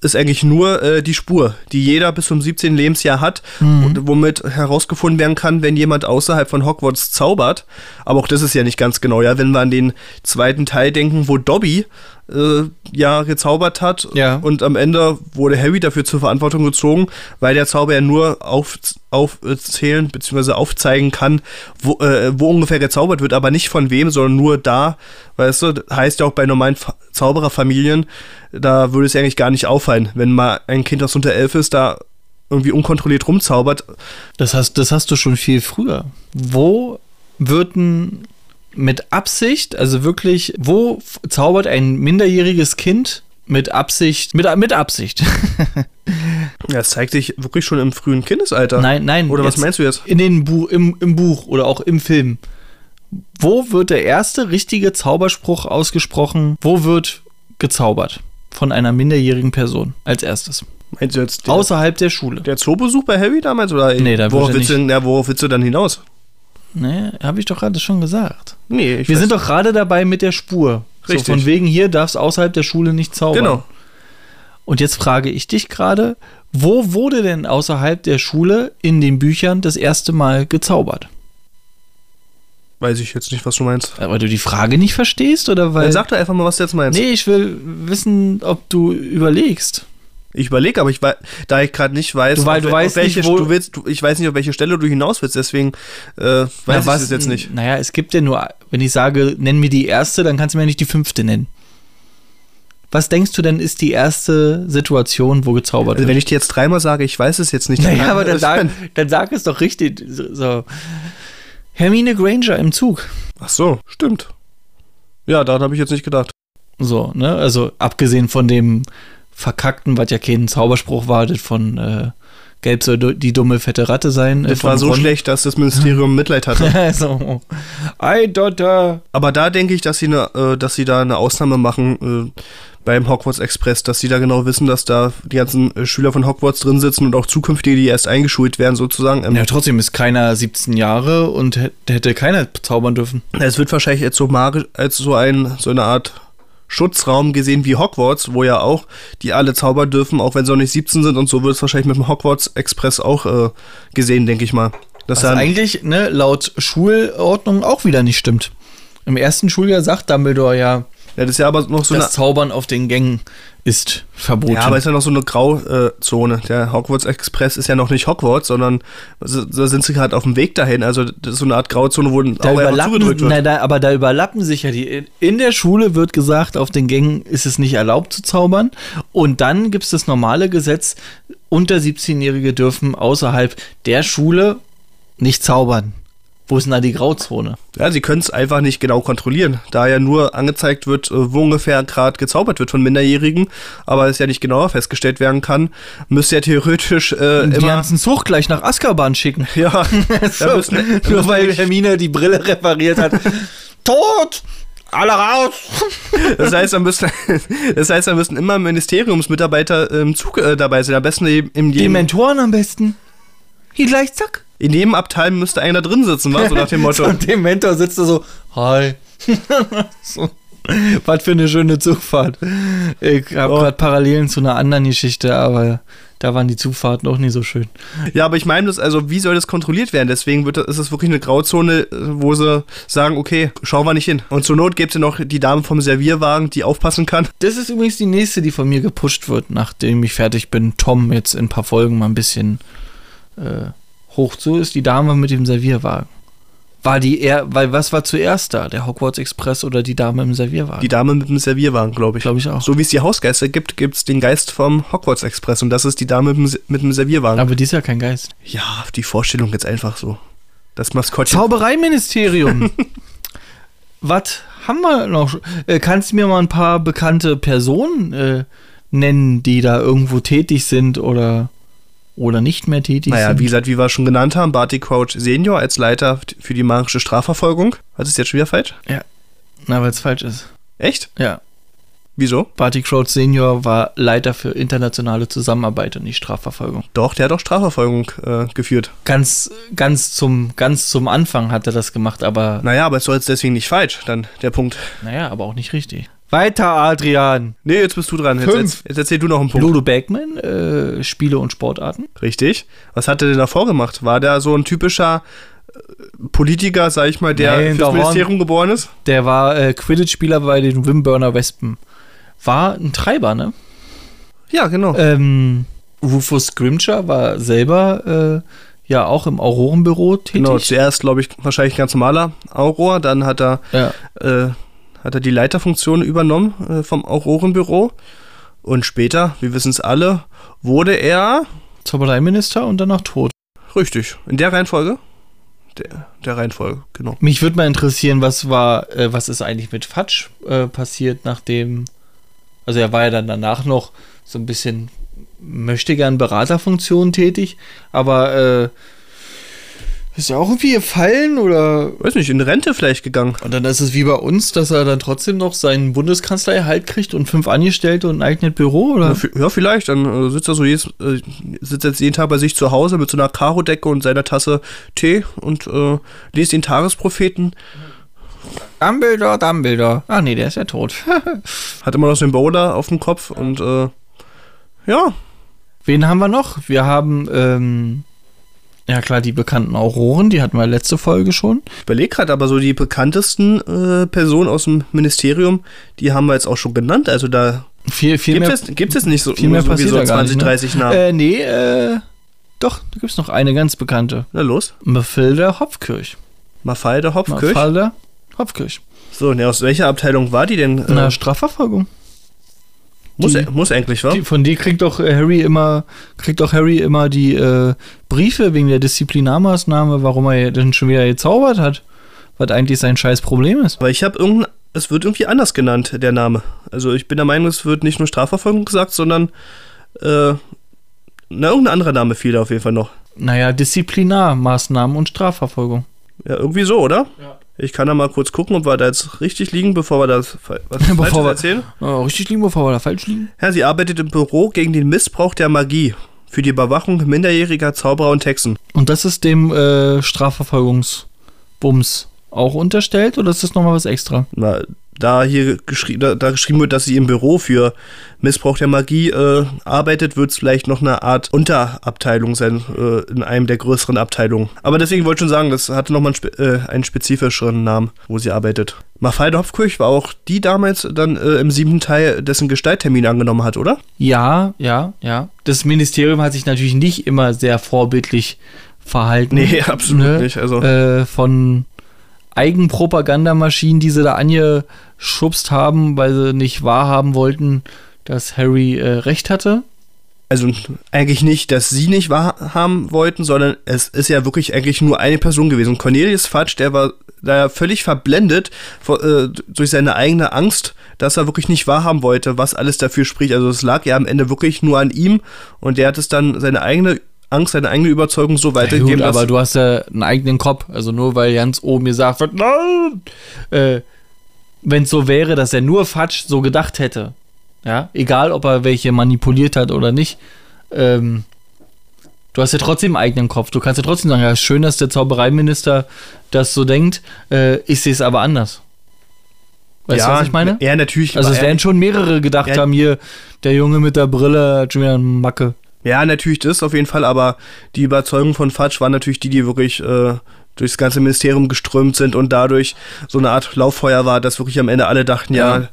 B: ist eigentlich nur äh, die Spur, die jeder bis zum 17. Lebensjahr hat
A: Mhm.
B: und womit herausgefunden werden kann, wenn jemand außerhalb von Hogwarts zaubert. Aber auch das ist ja nicht ganz genau, ja, wenn wir an den zweiten Teil denken, wo Dobby äh, ja gezaubert hat
A: Ja.
B: und am Ende wurde Harry dafür zur Verantwortung gezogen, weil der Zauber ja nur auf, aufzählen bzw. aufzeigen kann, wo, äh, wo ungefähr gezaubert wird, aber nicht von wem, sondern nur da, weißt du, das heißt ja auch bei normalen Fa Zaubererfamilien, da würde es ja eigentlich gar nicht auffallen, wenn mal ein Kind, das unter elf ist, da irgendwie unkontrolliert rumzaubert.
A: Das hast, das hast du schon viel früher. Wo wird ein mit Absicht, also wirklich, wo f- zaubert ein minderjähriges Kind mit Absicht, mit, mit Absicht?
B: Ja, das zeigt sich wirklich schon im frühen Kindesalter.
A: nein, nein.
B: Oder was
A: jetzt
B: meinst du jetzt?
A: In den Bu im, im Buch oder auch im Film. Wo wird der erste richtige Zauberspruch ausgesprochen? Wo wird gezaubert? Von einer minderjährigen Person als erstes.
B: Meinst du jetzt der,
A: Außerhalb der Schule.
B: der Zoobesuch bei Harry damals? Oder
A: Nee, da wird
B: worauf,
A: er
B: willst du, denn- ja, worauf willst du dann hinaus?
A: Ne, habe ich doch gerade schon gesagt.
B: Nee, ich
A: Wir
B: weiß-
A: sind doch gerade dabei mit der Spur.
B: Richtig.
A: So von wegen hier darfst außerhalb der Schule nicht zaubern.
B: Genau.
A: Und jetzt frage ich dich gerade, wo wurde denn außerhalb der Schule in den Büchern das erste Mal gezaubert?
B: Weiß ich jetzt nicht, was du meinst.
A: Weil du die Frage nicht verstehst oder weil
B: Dann sag doch einfach mal, was du jetzt meinst.
A: Nee, ich will wissen, ob du überlegst.
B: Ich überlege, aber ich wei- da ich gerade nicht weiß,
A: Du wei-
B: auf
A: du
B: we-
A: weißt
B: auf welche,
A: nicht, wo-
B: du willst, du, ich weiß nicht, auf welche Stelle du hinaus willst, deswegen äh, weiß ich es jetzt nicht.
A: Naja, es gibt ja nur, wenn ich sage, nenn mir die erste, dann kannst du mir nicht die fünfte nennen. Was denkst du denn, ist die erste Situation, wo gezaubert
B: Also
A: wird?
B: wenn ich dir jetzt dreimal sage, ich weiß es jetzt nicht.
A: Naja, aber dann
B: das-
A: sag, dann sag es doch richtig. So. Hermine Granger im Zug.
B: Ach so, stimmt. Ja, daran habe ich jetzt nicht gedacht.
A: So, ne? Also abgesehen von dem verkackten, was ja kein Zauberspruch war, das von äh, Gelb soll du- die dumme fette Ratte sein. äh,
B: Das
A: von
B: war so
A: Ron.
B: schlecht, dass das Ministerium Mitleid hatte.
A: so. Ei, Dotter.
B: Aber da denke ich, dass sie, ne, äh, dass sie da eine Ausnahme machen äh, beim Hogwarts Express, dass sie da genau wissen, dass da die ganzen äh, Schüler von Hogwarts drin sitzen und auch zukünftige, die erst eingeschult werden, sozusagen. Ähm,
A: Ja, trotzdem ist keiner 17 Jahre und hä- hätte keiner zaubern dürfen.
B: Es wird wahrscheinlich als so, magisch, als so, ein, so eine Art Schutzraum gesehen wie Hogwarts, wo ja auch die alle zaubern dürfen, auch wenn sie noch nicht 17 sind. Und so wird es wahrscheinlich mit dem Hogwarts Express auch äh, gesehen, denke ich mal. Dass
A: Was
B: dann,
A: eigentlich ne, laut Schulordnung auch wieder nicht stimmt. Im ersten Schuljahr sagt Dumbledore ja,
B: ja, das ist ja aber noch so eine,
A: das Zaubern auf den Gängen ist verboten.
B: ja, aber ist ja noch so eine Grauzone. Der Hogwarts Express ist ja noch nicht Hogwarts, sondern so- da sind sie gerade auf dem Weg dahin. Also das ist so eine Art Grauzone, wo dann
A: da
B: auch einfach
A: überlappen,
B: zugedrückt wird.
A: na, da, aber da überlappen sich ja die. In der Schule wird gesagt, auf den Gängen ist es nicht erlaubt zu zaubern. Und dann gibt es das normale Gesetz, unter 17-Jährige dürfen außerhalb der Schule nicht zaubern. Wo ist denn da die Grauzone?
B: Ja, sie können es einfach nicht genau kontrollieren, da ja nur angezeigt wird, äh, wo ungefähr gerade gezaubert wird von Minderjährigen, aber es ja nicht genauer festgestellt werden kann, müsste ja theoretisch äh,
A: Die
B: immer.
A: ganzen Zug gleich nach Azkaban schicken.
B: Ja, da
A: So,
B: müssen, da
A: nur
B: müssen
A: weil Hermine die Brille repariert hat. Tot! Alle raus!
B: das heißt, da müssen, das heißt, da müssen immer Ministeriumsmitarbeiter im Zug äh, dabei sein. Am besten eben in
A: Die
B: jedem,
A: Mentoren am besten. Hier gleich, zack.
B: in jedem Abteil müsste einer drin sitzen, war so nach dem Motto.
A: Und der Mentor sitzt da so, hi. so. Was für eine schöne Zugfahrt. Ich habe
B: Oh.
A: gerade Parallelen zu einer anderen Geschichte, aber da waren die Zugfahrten auch nie so schön.
B: Ja, aber ich meine das, also wie soll das kontrolliert werden? Deswegen wird, das- ist es wirklich eine Grauzone, äh, wo sie sagen, okay, schauen wir nicht hin. Und zur Not gibt es ja noch die Dame vom Servierwagen, die aufpassen kann.
A: Das ist übrigens die nächste, die von mir gepusht wird, nachdem ich fertig bin, Tom jetzt in ein paar Folgen mal ein bisschen äh, hoch zu ist. Die Dame mit dem Servierwagen. War die eher, weil was war zuerst da? Der Hogwarts Express oder die Dame im Servierwagen?
B: Die Dame mit dem Servierwagen, glaube ich.
A: Glaube ich auch.
B: So wie es die Hausgeister gibt, gibt es den Geist vom Hogwarts Express und das ist die Dame mit dem, Se- mit dem Servierwagen.
A: Aber die ist ja kein Geist.
B: Ja, die Vorstellung jetzt einfach so. Das Maskottchen.
A: Zaubereiministerium. was haben wir noch? Äh, kannst du mir mal ein paar bekannte Personen äh, nennen, die da irgendwo tätig sind oder, oder nicht mehr tätig
B: naja,
A: sind?
B: wie gesagt, wie wir schon genannt haben, Barty Crouch Senior als Leiter für die magische Strafverfolgung. Hat es jetzt schon wieder falsch?
A: Na, weil es falsch ist.
B: Echt?
A: Ja.
B: Wieso?
A: Barty Crouch Senior war Leiter für internationale Zusammenarbeit und die Strafverfolgung.
B: Doch, der hat auch Strafverfolgung äh, geführt.
A: Ganz, ganz zum, ganz zum Anfang hat er das gemacht, aber
B: Naja, aber es soll jetzt deswegen nicht falsch, dann der Punkt.
A: naja, aber auch nicht richtig. Weiter, Adrian.
B: Nee, jetzt bist du dran. Jetzt,
A: Fünf.
B: jetzt, jetzt erzähl du noch einen Punkt.
A: Ludo Bagman, äh, Spiele und Sportarten.
B: Richtig. Was hat er denn davor gemacht? War der so ein typischer äh, Politiker, sag ich mal, der
A: Nein, da
B: fürs
A: waren-
B: Ministerium geboren ist?
A: Der war äh, Quidditch-Spieler bei den Wimburner Wespen. War ein Treiber, ne?
B: Ja, genau.
A: Ähm, Rufus Grimshaw war selber äh, ja auch im Aurorenbüro tätig.
B: genau. Zuerst, glaube ich, wahrscheinlich ganz normaler Auror, dann hat er,
A: Ja.
B: äh, hat er die Leiterfunktion übernommen äh, vom Aurorenbüro. Und später, wir wissen es alle, wurde er.
A: Zaubereiminister und danach tot.
B: Richtig, in der Reihenfolge? Der, der Reihenfolge, genau.
A: Mich würde mal interessieren, was war, äh, was ist eigentlich mit Fatsch äh, passiert, nachdem, also er war ja dann danach noch so ein bisschen möchte gern Beraterfunktion tätig, aber äh, Ist ja auch irgendwie gefallen oder.
B: Weiß nicht, in Rente vielleicht gegangen.
A: Und dann ist es wie bei uns, dass er dann trotzdem noch seinen Bundeskanzlererhalt kriegt und fünf Angestellte und ein eigenes Büro,
B: Ja,
A: oder?
B: vi- ja, vielleicht. Dann äh, sitzt er so jedes, äh, sitzt jetzt jeden Tag bei sich zu Hause mit so einer Karodecke und seiner Tasse Tee und äh, liest den Tagespropheten.
A: Dumbledore, Dumbledore. Ach nee, der ist ja tot.
B: Hat immer noch so einen Bowler auf dem Kopf und äh, ja,
A: Wen haben wir noch? Wir haben, ähm, ja klar, die bekannten Auroren, die hatten wir letzte Folge schon.
B: überleg gerade aber so die bekanntesten äh, Personen aus dem Ministerium, die haben wir jetzt auch schon genannt. Also da
A: Viel, viel
B: gibt
A: mehr.
B: es, gibt's jetzt nicht so,
A: viel mehr
B: so, wie
A: passiert
B: so
A: da gar
B: 20,
A: nicht, ne?
B: 30 Namen.
A: Äh, nee, äh, doch, da gibt es noch eine ganz bekannte.
B: Na los,
A: Mafilda Hopfkirch.
B: Mafalda Hopfkirch.
A: Mafalda Hopfkirch.
B: So, und aus welcher Abteilung war die denn? Äh,
A: Na, Strafverfolgung.
B: muss,
A: die-
B: muss eigentlich, wa?
A: Die, von die kriegt doch äh, Harry immer, kriegt doch Harry immer die äh, Briefe wegen der Disziplinarmaßnahme, warum er denn schon wieder gezaubert hat, was eigentlich sein scheiß Problem ist.
B: Aber ich habe irgendein, es wird irgendwie anders genannt, der Name. Also ich bin der Meinung, es wird nicht nur Strafverfolgung gesagt, sondern äh, na, irgendein anderer Name fiel da auf jeden Fall noch.
A: Naja, Disziplinarmaßnahmen und Strafverfolgung.
B: Ja, irgendwie so, oder? Ja. Ich kann da mal kurz gucken, ob wir da jetzt richtig liegen, bevor wir das fa- was
A: Bevor
B: Falsches
A: wir-
B: erzählen.
A: Oh, richtig liegen, bevor wir da falsch liegen?
B: Ja, sie arbeitet im Büro gegen den Missbrauch der Magie für die Überwachung minderjähriger Zauberer und Hexen.
A: Und das ist dem äh, Strafverfolgungsbums auch unterstellt oder ist das nochmal was extra?
B: Na, da hier geschrie da, da geschrieben wird, dass sie im Büro für Missbrauch der Magie äh, arbeitet, wird es vielleicht noch eine Art Unterabteilung sein, äh, in einem der größeren Abteilungen. Aber deswegen wollte ich schon sagen, das hatte nochmal einen, spe äh, einen spezifischeren Namen, wo sie arbeitet. Mafalda Hopfkirch war auch die damals dann äh, im siebten Teil, dessen Gestalttermin angenommen hat, oder?
A: Ja, ja, ja. Das Ministerium hat sich natürlich nicht immer sehr vorbildlich verhalten.
B: Nee, absolut nicht, also-
A: Äh, von Eigenpropagandamaschinen, die sie da angeschubst haben, weil sie nicht wahrhaben wollten, dass Harry äh, recht hatte.
B: Also eigentlich nicht, dass sie nicht wahrhaben wollten, sondern es ist ja wirklich eigentlich nur eine Person gewesen. Cornelius Fudge, der war da ja völlig verblendet vor, äh, durch seine eigene Angst, dass er wirklich nicht wahrhaben wollte, was alles dafür spricht. Also es lag ja am Ende wirklich nur an ihm und der hat es dann seine eigene Angst, seine eigene Überzeugung so weitergegeben.
A: Ja, gut, aber
B: dass-
A: du hast ja einen eigenen Kopf. Also nur weil ganz oben gesagt wird, nein! Äh, Wenn es so wäre, dass er nur Fatsch so gedacht hätte. Ja, egal ob er welche manipuliert hat oder nicht. Ähm, du hast ja trotzdem einen eigenen Kopf. Du kannst ja trotzdem sagen, ja, schön, dass der Zaubereiminister das so denkt. Äh, ich sehe es aber anders. Weißt
B: ja,
A: du, was ich meine?
B: Ja, natürlich.
A: Also
B: aber
A: es
B: er-
A: werden schon mehrere gedacht
B: Ja.
A: haben, hier, der Junge mit der Brille hat schon wieder eine Macke.
B: Ja, natürlich das auf jeden Fall, aber die Überzeugung von Fatsch war natürlich die, die wirklich äh, durchs ganze Ministerium geströmt sind und dadurch so eine Art Lauffeuer war, dass wirklich am Ende alle dachten, ja,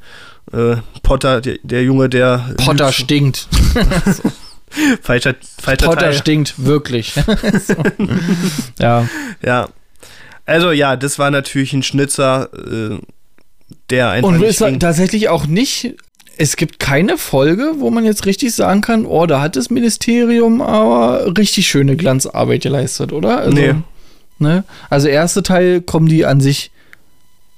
B: äh, Potter, der, der Junge, der
A: Potter stinkt.
B: lügt. falscher, falscher
A: Potter
B: Teil.
A: stinkt wirklich. So. ja.
B: Ja. Also ja, das war natürlich ein Schnitzer, äh, der einfach
A: Und
B: nicht
A: ist
B: ging.
A: tatsächlich auch nicht. Es gibt keine Folge, wo man jetzt richtig sagen kann, oh, da hat das Ministerium aber richtig schöne Glanzarbeit geleistet, oder? Also,
B: Nee.
A: Ne? Also erste Teil kommen die an sich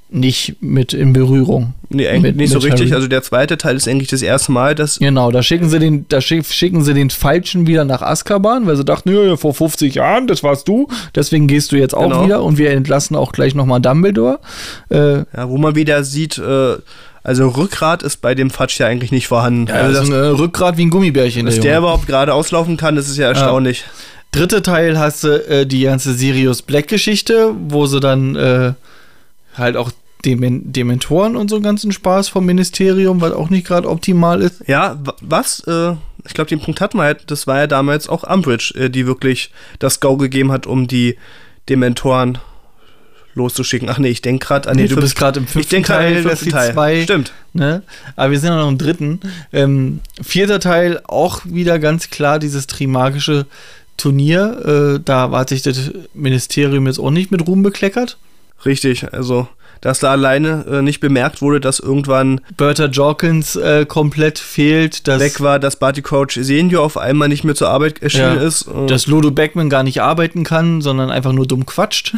A: nicht mit in Berührung.
B: nee, eigentlich
A: mit-
B: nicht so
A: mit
B: richtig.
A: Harry.
B: Also der zweite Teil ist eigentlich das erste Mal, dass
A: Genau, da schicken sie den, da schick, schicken sie den Falschen wieder nach Azkaban, weil sie dachten, ja, ja, vor 50 Jahren, das warst du, deswegen gehst du jetzt auch
B: Genau.
A: wieder und wir entlassen auch gleich nochmal Dumbledore. Äh,
B: ja, wo man wieder sieht, äh, also Rückgrat ist bei dem Fatsch ja eigentlich nicht vorhanden.
A: Ja, also
B: also das
A: das ist ein äh, Rückgrat wie ein Gummibärchen.
B: Dass
A: Der
B: der
A: Junge.
B: überhaupt gerade auslaufen kann, das ist ja erstaunlich.
A: Dritte Teil hast du äh, die ganze Sirius Black-Geschichte, wo sie dann äh, halt auch Demen Dementoren und so einen ganzen Spaß vom Ministerium, was auch nicht gerade optimal ist.
B: Ja, wa- was? Äh, ich glaube, den Punkt hatten wir halt, das war ja damals auch Umbridge, äh, die wirklich das Go gegeben hat, um die Dementoren loszuschicken. Ach nee, ich denke gerade an
A: Nee,
B: den
A: du
B: fünf-
A: bist gerade im
B: Ich
A: fünften
B: denke gerade an
A: Teil,
B: den
A: das
B: fünften
A: die
B: Teil.
A: zwei.
B: Stimmt.
A: Ne? Aber wir sind ja noch im dritten. Ähm, vierter Teil, auch wieder ganz klar dieses Trimagische Turnier. Äh, da hat sich das Ministerium jetzt auch nicht mit Ruhm bekleckert.
B: Richtig, also, dass da alleine äh, nicht bemerkt wurde, dass irgendwann
A: Bertha Jorkins äh, komplett fehlt. Das
B: weg war, dass Barty Coach Senior auf einmal nicht mehr zur Arbeit erschienen
A: Ja.
B: ist. Äh,
A: dass Ludo Beckman gar nicht arbeiten kann, sondern einfach nur dumm quatscht.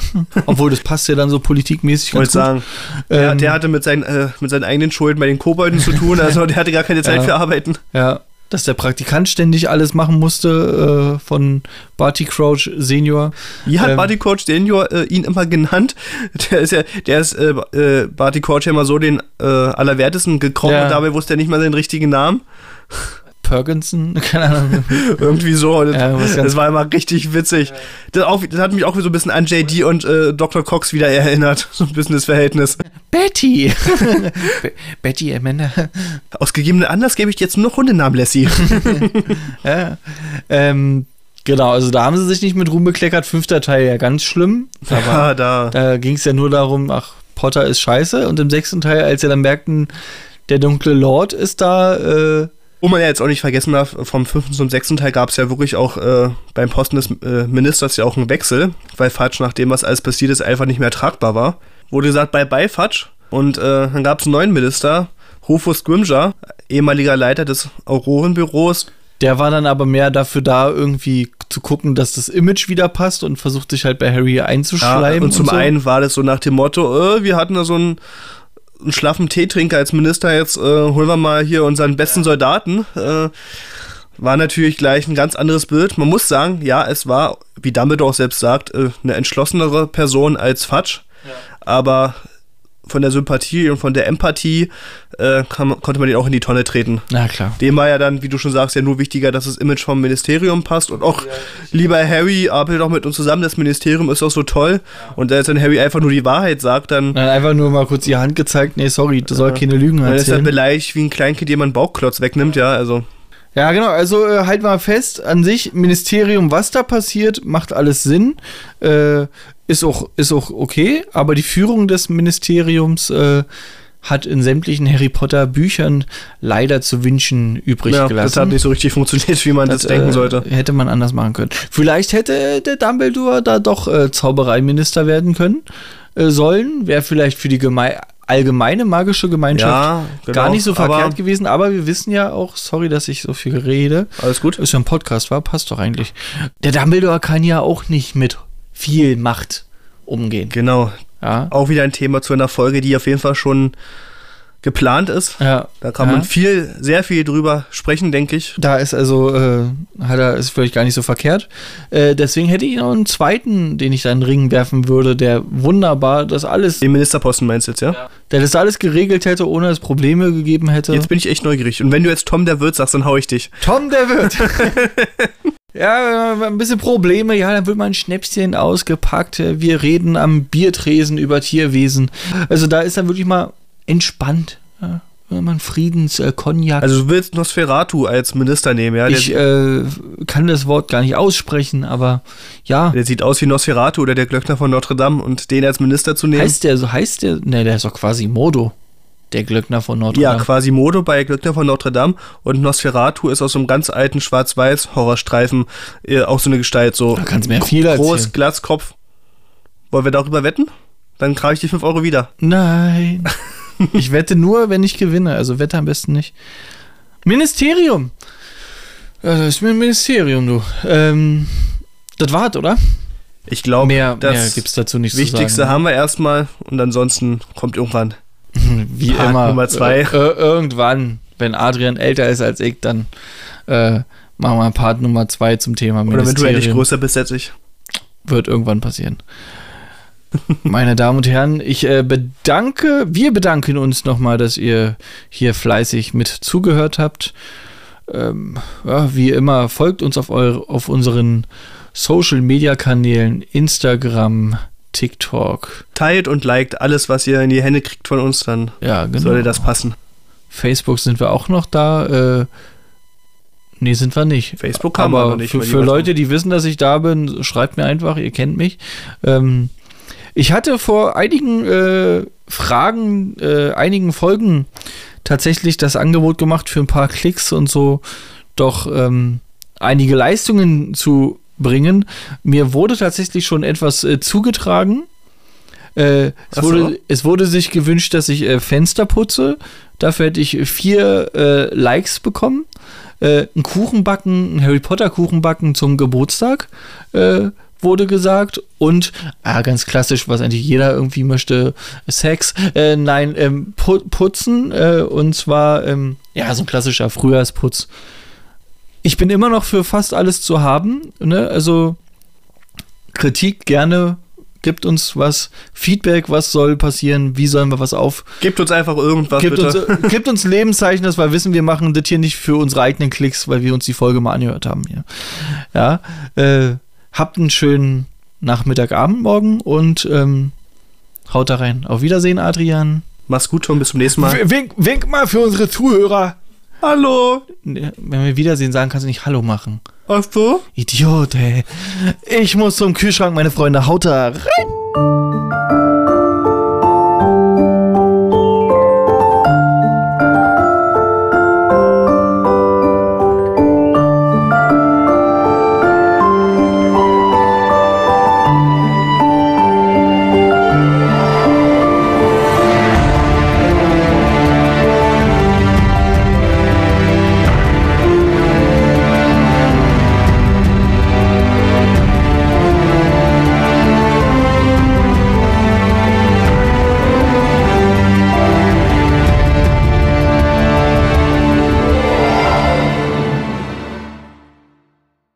A: Obwohl, das passt ja dann so politikmäßig
B: wollte sagen, der,
A: Ähm,
B: der hatte mit seinen, äh, mit seinen eigenen Schulden bei den Kobolden zu tun, also der hatte gar keine Zeit
A: Ja.
B: für Arbeiten.
A: Ja, dass der Praktikant ständig alles machen musste äh, von Barty Crouch Senior.
B: Wie hat
A: Ähm,
B: Barty Crouch Senior äh, ihn immer genannt? Der ist ja, der ist äh, äh, Barty Crouch ja immer so den äh, Allerwertesten gekrochen
A: Ja.
B: und dabei wusste er nicht mal seinen richtigen Namen.
A: Perkinson, keine Ahnung.
B: Irgendwie so. Und
A: Ja, was
B: das,
A: ganz-
B: das war immer richtig witzig. Das, auch, das hat mich auch so ein bisschen an JD und äh, Dr. Cox wieder erinnert. So ein bisschen das Verhältnis.
A: Betty! Be Betty Amanda.
B: Aus gegebenem Anlass gebe ich dir jetzt nur noch Hundenamen, Lassie.
A: Ja. Ähm, genau, also da haben sie sich nicht mit Ruhm bekleckert. Fünfter Teil ja ganz schlimm. Da, war,
B: Ah, da.
A: da ging es ja nur darum, ach, Potter ist scheiße. Und im sechsten Teil, als sie dann merkten, der dunkle Lord ist da, äh,
B: Wo man ja jetzt auch nicht vergessen darf, vom fünften zum sechsten Teil gab es ja wirklich auch äh, beim Posten des äh, Ministers ja auch einen Wechsel, weil Fatsch nach dem, was alles passiert ist, einfach nicht mehr tragbar war. Wurde gesagt, bye bye Fatsch. Und äh, dann gab es einen neuen Minister, Rufus Grimja, ehemaliger Leiter des Aurorenbüros.
A: der war dann aber mehr dafür da, irgendwie zu gucken, dass das Image wieder passt und versucht sich halt bei Harry
B: Ja,
A: einzuschleimen.
B: und zum
A: so.
B: einen war das so nach dem Motto, äh, wir hatten da so einen, einen schlaffen Teetrinker als Minister, jetzt äh, holen wir mal hier unseren besten Soldaten. Äh, war natürlich gleich ein ganz anderes Bild. Man muss sagen, ja, es war, wie Dumbledore auch selbst sagt, äh, eine entschlossenere Person als Fatsch. Aber von der Sympathie und von der Empathie äh, kann, konnte man den auch in die Tonne treten.
A: Na klar.
B: Dem war ja dann, wie du schon sagst, ja nur wichtiger, dass das Image vom Ministerium passt. Und auch, lieber Harry, arbeitet doch mit uns zusammen, das Ministerium ist doch so toll. Und als dann Harry einfach nur die Wahrheit sagt, dann,
A: Nein, einfach nur mal kurz die Hand gezeigt. Nee, sorry, du soll keine Lügen
B: dann ist er
A: erzählen.
B: beleidigt wie ein Kleinkind, dem man einen Bauchklotz wegnimmt, ja. Also,
A: Ja, genau. Also äh, halt mal fest, an sich, Ministerium, was da passiert, macht alles Sinn. Äh, ist, auch, ist auch okay. Aber die Führung des Ministeriums äh, hat in sämtlichen Harry Potter Büchern leider zu wünschen übrig
B: ja,
A: gelassen.
B: das hat nicht so richtig funktioniert, wie man das, denken
A: äh,
B: sollte.
A: Hätte man anders machen können. Vielleicht hätte der Dumbledore da doch äh, Zaubereiminister werden können äh, sollen. Wäre vielleicht für die geme allgemeine magische Gemeinschaft
B: Ja, genau.
A: gar nicht so
B: Aber
A: verkehrt gewesen. Aber wir wissen ja auch, sorry, dass ich so viel rede.
B: Alles gut.
A: Ist ja ein Podcast, war? Passt doch eigentlich. Der Dumbledore kann ja auch nicht mit viel Macht umgehen.
B: Genau.
A: Ja.
B: Auch wieder ein Thema zu einer Folge, die auf jeden Fall schon geplant ist.
A: ja.
B: Da kann
A: ja.
B: man viel, sehr viel drüber sprechen, denke ich.
A: Da ist also, äh, hat er, ist vielleicht gar nicht so verkehrt. Äh, deswegen hätte ich noch einen zweiten, den ich da in den Ring werfen würde, der wunderbar das alles,
B: Den Ministerposten meinst du jetzt, ja?
A: der das alles geregelt hätte, ohne es Probleme gegeben hätte.
B: Jetzt bin ich echt neugierig. Und wenn du jetzt Tom der Wirt sagst, dann hau ich dich.
A: Tom der Wirt. ja, äh, ein bisschen Probleme, ja, dann wird mal ein Schnäpschen ausgepackt. äh, Wir reden am Biertresen über Tierwesen. Also da ist dann wirklich mal entspannt. Ja, wenn man Friedens äh, Cognac.
B: Also du willst Nosferatu als Minister nehmen, ja? Der,
A: ich äh, kann das Wort gar nicht aussprechen, aber ja.
B: der sieht aus wie Nosferatu oder der Glöckner von Notre Dame und den als Minister zu nehmen.
A: Heißt der so, heißt der, ne, der ist doch quasi Modo, der Glöckner von Notre
B: ja,
A: Dame.
B: quasi Modo bei Glöckner von Notre Dame und Nosferatu ist aus so einem ganz alten Schwarz-Weiß-Horrorstreifen äh, auch so eine Gestalt, so
A: Da kannst du mir viel
B: groß,
A: erzählen.
B: Glatzkopf. Wollen wir darüber wetten? Dann kriege ich die 5 Euro wieder.
A: Nein. ich wette nur, wenn ich gewinne, also wette am besten nicht. Ministerium. Ja, das ist mir ein Ministerium, du. Ähm, das war's, oder?
B: Ich glaube,
A: mehr
B: das
A: mehr gibt's dazu nicht zu
B: Wichtigste
A: sagen.
B: haben wir erstmal und ansonsten kommt irgendwann
A: Wie
B: Part
A: immer.
B: Nummer zwei.
A: Äh, äh, irgendwann, wenn Adrian älter ist als ich, dann äh, machen wir Part Nummer zwei zum Thema
B: Oder wenn du endlich
A: Ministerium.
B: größer bist als ich.
A: wird irgendwann passieren. Meine Damen und Herren, ich äh, bedanke, wir bedanken uns nochmal, dass ihr hier fleißig mit zugehört habt. Ähm, ja, wie immer, folgt uns auf, eure, auf unseren Social-Media-Kanälen, Instagram, TikTok.
B: Teilt und liked alles, was ihr in die Hände kriegt von uns, dann
A: Ja, genau.
B: sollte das passen.
A: Facebook sind wir auch noch da. Äh, nee, sind wir nicht.
B: Facebook haben wir
A: Aber
B: noch nicht.
A: für,
B: mein
A: für
B: lieber
A: Leute, die wissen, dass ich da bin, schreibt mir einfach, ihr kennt mich. Ähm, ich hatte vor einigen äh, Fragen, äh, einigen Folgen tatsächlich das Angebot gemacht, für ein paar Klicks und so doch ähm, einige Leistungen zu bringen. Mir wurde tatsächlich schon etwas äh, zugetragen. Äh, es,
B: Ach so.
A: wurde, es wurde sich gewünscht, dass ich äh, Fenster putze. Dafür hätte ich vier äh, Likes bekommen. Äh, ein Kuchen backen, ein Harry Potter Kuchen backen zum Geburtstag äh, wurde gesagt. Und ah, ganz klassisch, was eigentlich jeder irgendwie möchte, Sex. Äh, nein, ähm, pu putzen. Äh, und zwar, ähm, ja, so ein klassischer Frühjahrsputz. ich bin immer noch für fast alles zu haben. Ne? Also Kritik gerne, gibt uns was, Feedback, was soll passieren, wie sollen wir was auf.
B: Gebt uns einfach irgendwas,
A: Gibt uns, äh,
B: bitte.
A: gibt uns Lebenszeichen, dass wir wissen, wir machen das hier nicht für unsere eigenen Klicks, weil wir uns die Folge mal angehört haben hier. Ja, äh, habt einen schönen Nachmittag, Abend, morgen und ähm, haut da rein. Auf Wiedersehen, Adrian.
B: Mach's gut, Tom, bis zum nächsten Mal.
A: W- Wink, wink mal für unsere Zuhörer.
B: Hallo.
A: Nee, Wenn wir Wiedersehen sagen, kannst du nicht Hallo machen.
B: Ach so?
A: Idiot, ey. Ich muss zum Kühlschrank, meine Freunde. Haut da rein.